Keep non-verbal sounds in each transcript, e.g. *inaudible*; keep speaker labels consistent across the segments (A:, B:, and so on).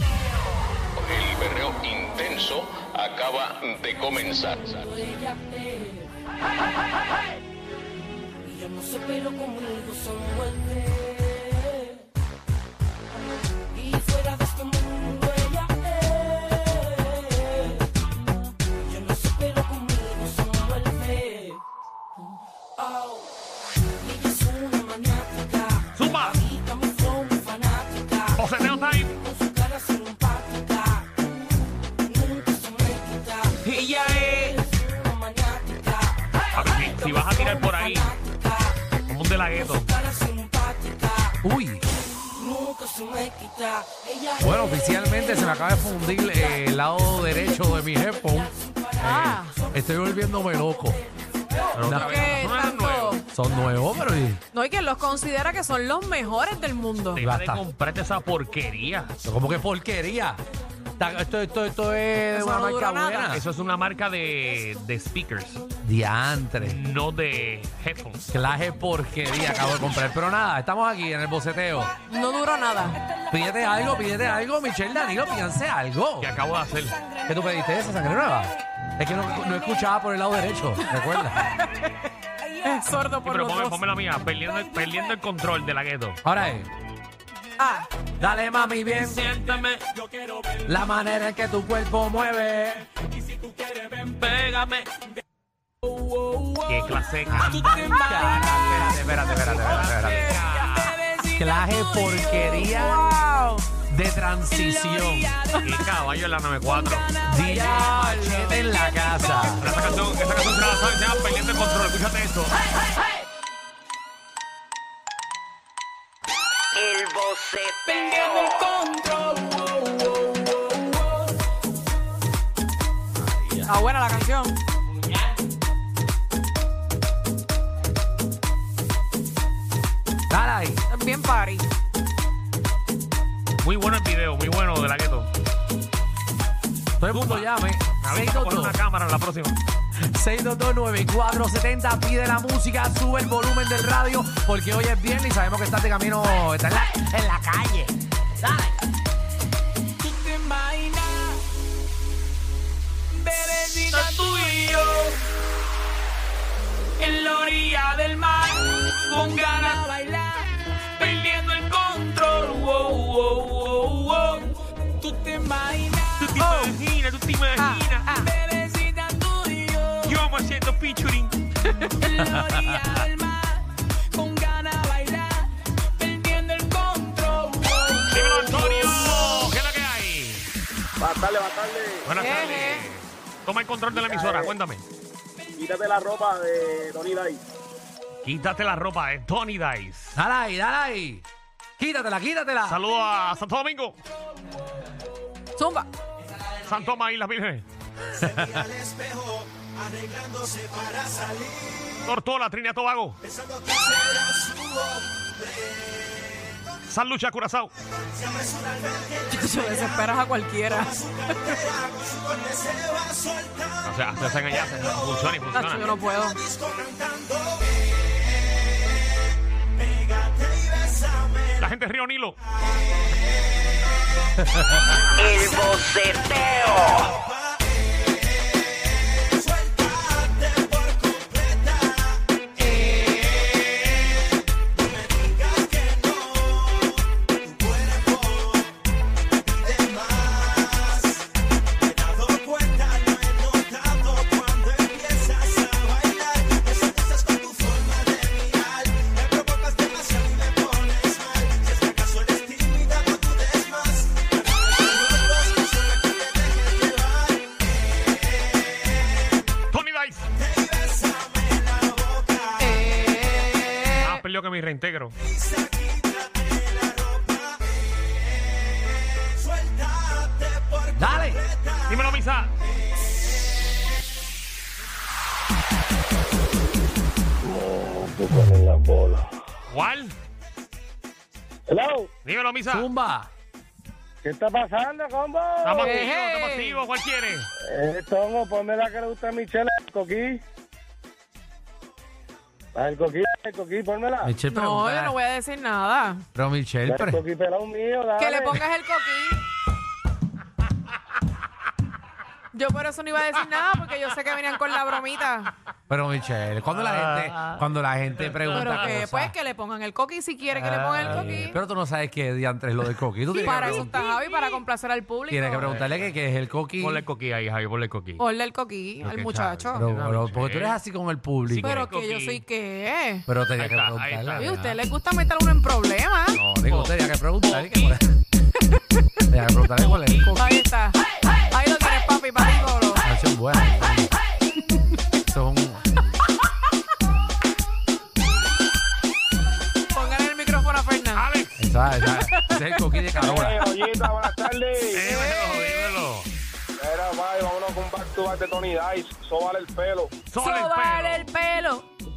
A: El berreo intenso acaba de comenzar.
B: Y yo no sé, pero conmigo son muerte. Y fuera de este mundo ella es. Yo no sé, pero conmigo son muerte. Oh. Ella es una maniática.
C: Zumba.
B: Adicta, muy flow, muy fanática.
C: José Teo Time.
B: Con su cara simpática. Nunca se me quita.
C: Ella
B: Ella
C: es.
B: es una maniática.
C: si, si vas a tirar por ahí, como un de la gueto.
B: cara simpática,
D: Uy,
B: nunca se me quita. Ella
D: bueno, oficialmente se me acaba de fundir eh, el lado derecho de mi headphone.
E: Ah,
D: Estoy volviéndome loco.
C: Pero otra vez,
E: que
C: no es
E: tanto.
C: nuevo.
D: Son nuevos, pero y-
E: No, y que los considera que son los mejores del mundo.
C: Deja de
D: Basta.
C: comprarte esa porquería.
D: pero como que porquería. Ta- Esto, esto, esto es
E: Eso
D: una
E: no
D: marca
E: dura nada.
D: buena.
C: Eso es una marca de, de speakers,
D: Diantre.
C: no de headphones.
D: Clase porquería acabo de comprar. Pero nada, estamos aquí en el boceteo.
E: No duró nada.
D: Pídete algo, pídete algo, Michelle Danilo, pídanse algo.
C: Que acabo de hacer.
D: ¿Qué tú pediste esa sangre nueva? Es que no, no escuchaba por el lado derecho, recuerda.
E: Es sordo
C: Sí,
E: por
C: pero
E: los
C: ponme,
E: dos.
C: ponme la mía, perdiendo, el- perdiendo el control de la gueto.
D: Ahora es.
E: Ah,
D: Dale mami bien,
C: Siéntame,
D: la manera en que tu cuerpo mueve.
C: pégame. Qué clase.
D: Espérate, espérate, espérate, espérate, espérate. Clase porquería de transición.
C: Qué caballo en la 94.
D: Diablo en la casa.
C: Pero esa canción, esa canción se la sabe, se llama perdiendo el control. Escúchate esto.
E: está buena la canción.
D: Dale ahí.
E: Es Bien party.
C: Muy bueno el video, muy bueno de la gueto.
D: Todo el mundo llame.
C: Avisa por una cámara la próxima.
D: 622-9470. Pide la música, sube el volumen del radio. Porque hoy es viernes y sabemos que estás de camino. Está en la, en la calle.
F: tú y yo en la orilla del mar con ganas de bailar perdiendo el control wow, wow, wow, wow. tú te imaginas
C: Tú te imaginas, tú te imaginas.
F: bebecita tú y yo
C: Yo me siento featuring.
F: en la orilla del mar con ganas de bailar perdiendo el control wow.
C: Dímelo, Antonio. Oh, ¿Qué es lo que hay?
G: Buenas tardes, buenas tardes.
C: Buenas tardes. Toma el control de la emisora, cuéntame.
G: Quítate la ropa de Tony Day.
C: Quítate la ropa, es Tony Dice.
D: Dale ahí, dale ahí. Quítatela, quítatela.
C: Saludos a Santo Domingo,
E: Zumba.
C: Santo Tomás y las Vírgenes. Tortola, Trinidad Tobago. San Lucha, Curazao.
E: Yo desesperas a cualquiera.
C: O sea, se hacen allá, se- funciona y
E: Nacho, yo
C: funciona.
E: no puedo.
C: La gente de Río Nilo. Ah, Dímelo, Misa.
H: Buscan en la bola.
C: ¿Cuál?
H: Hello,
C: Dímelo, Misa.
D: Zumba.
H: ¿qué está pasando, combo?
C: Estamos
E: Hey,
C: activos, estamos
E: hey.
C: activos. ¿Cuál quiere?
H: Eh, Tongo, ponme la que le gusta a Michelle, el coquí. La del coquí, el coquí, pónmela.
D: Michelle,
E: No, yo no voy a decir nada.
D: Pero Michelle,
H: El
D: pero...
H: coquí pelón mío, dale.
E: Que le pongas el coquí. Yo por eso no iba a decir nada porque yo sé que venían con la bromita.
D: Pero Michelle, cuando la gente, cuando la gente pregunta
E: Pero que
D: cosas-
E: pues que le pongan el coquí si quiere que le pongan el
D: Ay,
E: coquí.
D: Ah, Pero tú no sabes qué diantres es lo del coquí. Tú
E: Y
D: tienes,
E: para
D: que
E: eso
D: preguntar-
E: está Javi, para complacer al público.
D: tienes que preguntarle qué qué es el coquí.
C: Ponle el coquí ahí, Javi, ponle el coquí.
E: Ponle el coquí
C: Pero
E: al
C: qué
E: muchacho.
D: Pero, pero,
C: Michelle.
D: porque tú eres así con el
C: Sí,
D: público.
E: Pero
C: coquí.
E: que yo soy qué.
D: Pero
C: Ahí
D: tenías que
C: está, ahí está.
D: preguntarle.
E: Y
C: Oye,
E: a
D: ¿verdad?
E: usted le gusta meter uno en problemas.
D: No, digo, tenía que preguntarle. que cuál es- Tenía que preguntarle cuál es el coquí.
E: Ahí está. Ahí lo tienes, papi, papi Golo.
D: Canción buena. Eso es un...
E: Pongan el micrófono a Fernando.
C: Alex.
D: Esa, esa, ese es el coquí de
G: Eh,
D: Carola.
G: Ollita, buenas tardes.
D: Eh.
C: Dímelo, dímelo.
G: Mira, papi, vámonos con back to back de Tony Dice. Sóbale el pelo.
C: Sol el
E: Sobale el
C: pelo.
E: pelo.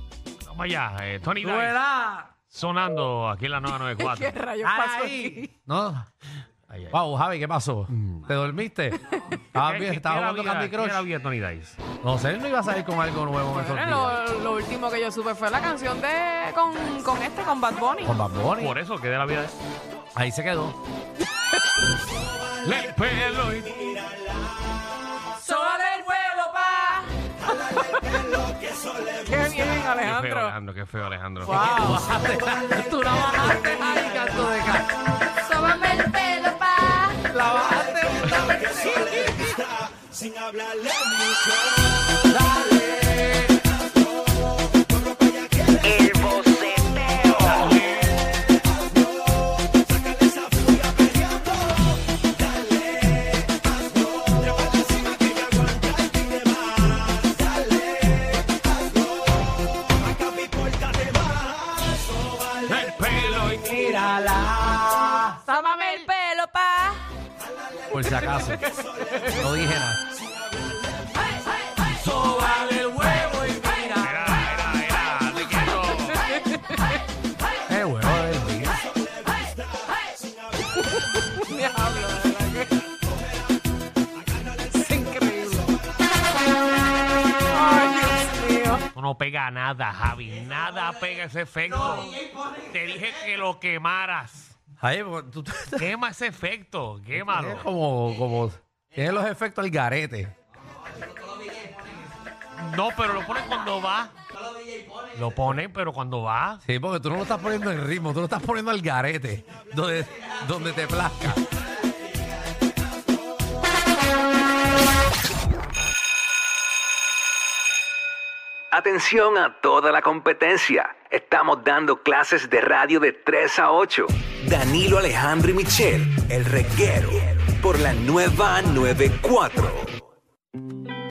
C: Vamos allá. eh, Tony Dice
D: ¡Suela!
C: sonando aquí en la
E: *laughs* ¿Qué
C: 994.
E: rayos pasó aquí?
D: ¡Ay! No.
C: Ay, Mm. ay.
D: Wow, Javi, ¿qué pasó? ¿Te dormiste? Estabas Ah, bien, estabas jugando Candy
C: ¿Qué era
D: Crush.
C: bien Tony Dice?
D: No sé, él no iba a salir con algo nuevo en esos
E: Bueno,
D: días.
E: lo, lo último que yo supe fue la canción de con, con este, con Bad Bunny.
D: Con Bad Bunny.
C: Por eso, que de la vida de
D: Ahí se quedó.
C: Le pelo y
E: ¡Sole el vuelo, pa! *laughs* ¡Qué bien,
C: Qué feo,
E: Alejandro!
C: Alejandro, qué feo, Alejandro.
E: ¡Wow!
D: Tú la bajaste, Javi, canto de ca.
E: ¡Sóbame el pelo, pa!
D: La bajaste.
C: Le pelo y
E: ¡Sóbame el pelo, pa!
D: Por si acaso. No dije nada.
C: Era, era, era. Te quiero.
D: Eh, huevo del día.
E: ¡Diablo, de verdad que- Es increíble. ¡Ay, Dios mío!
C: Eso No pega nada, Javi. Nada pega ese efecto. Te dije que lo quemaras.
D: Javi, pues, tú tú- tú-
C: Quema ese efecto.
D: tienes
C: Quémalo.
D: como, como. Tienes los efectos al garete.
C: No, pero lo ponen cuando va. Lo ponen, pero cuando va.
D: Sí, porque tú no lo estás poniendo en ritmo, tú lo estás poniendo al garete, donde, donde te plazca.
I: Atención a toda la competencia. Estamos dando clases de radio de 3 a 8. Danilo Alejandro y Michelle, el reguero, por la nueva 94.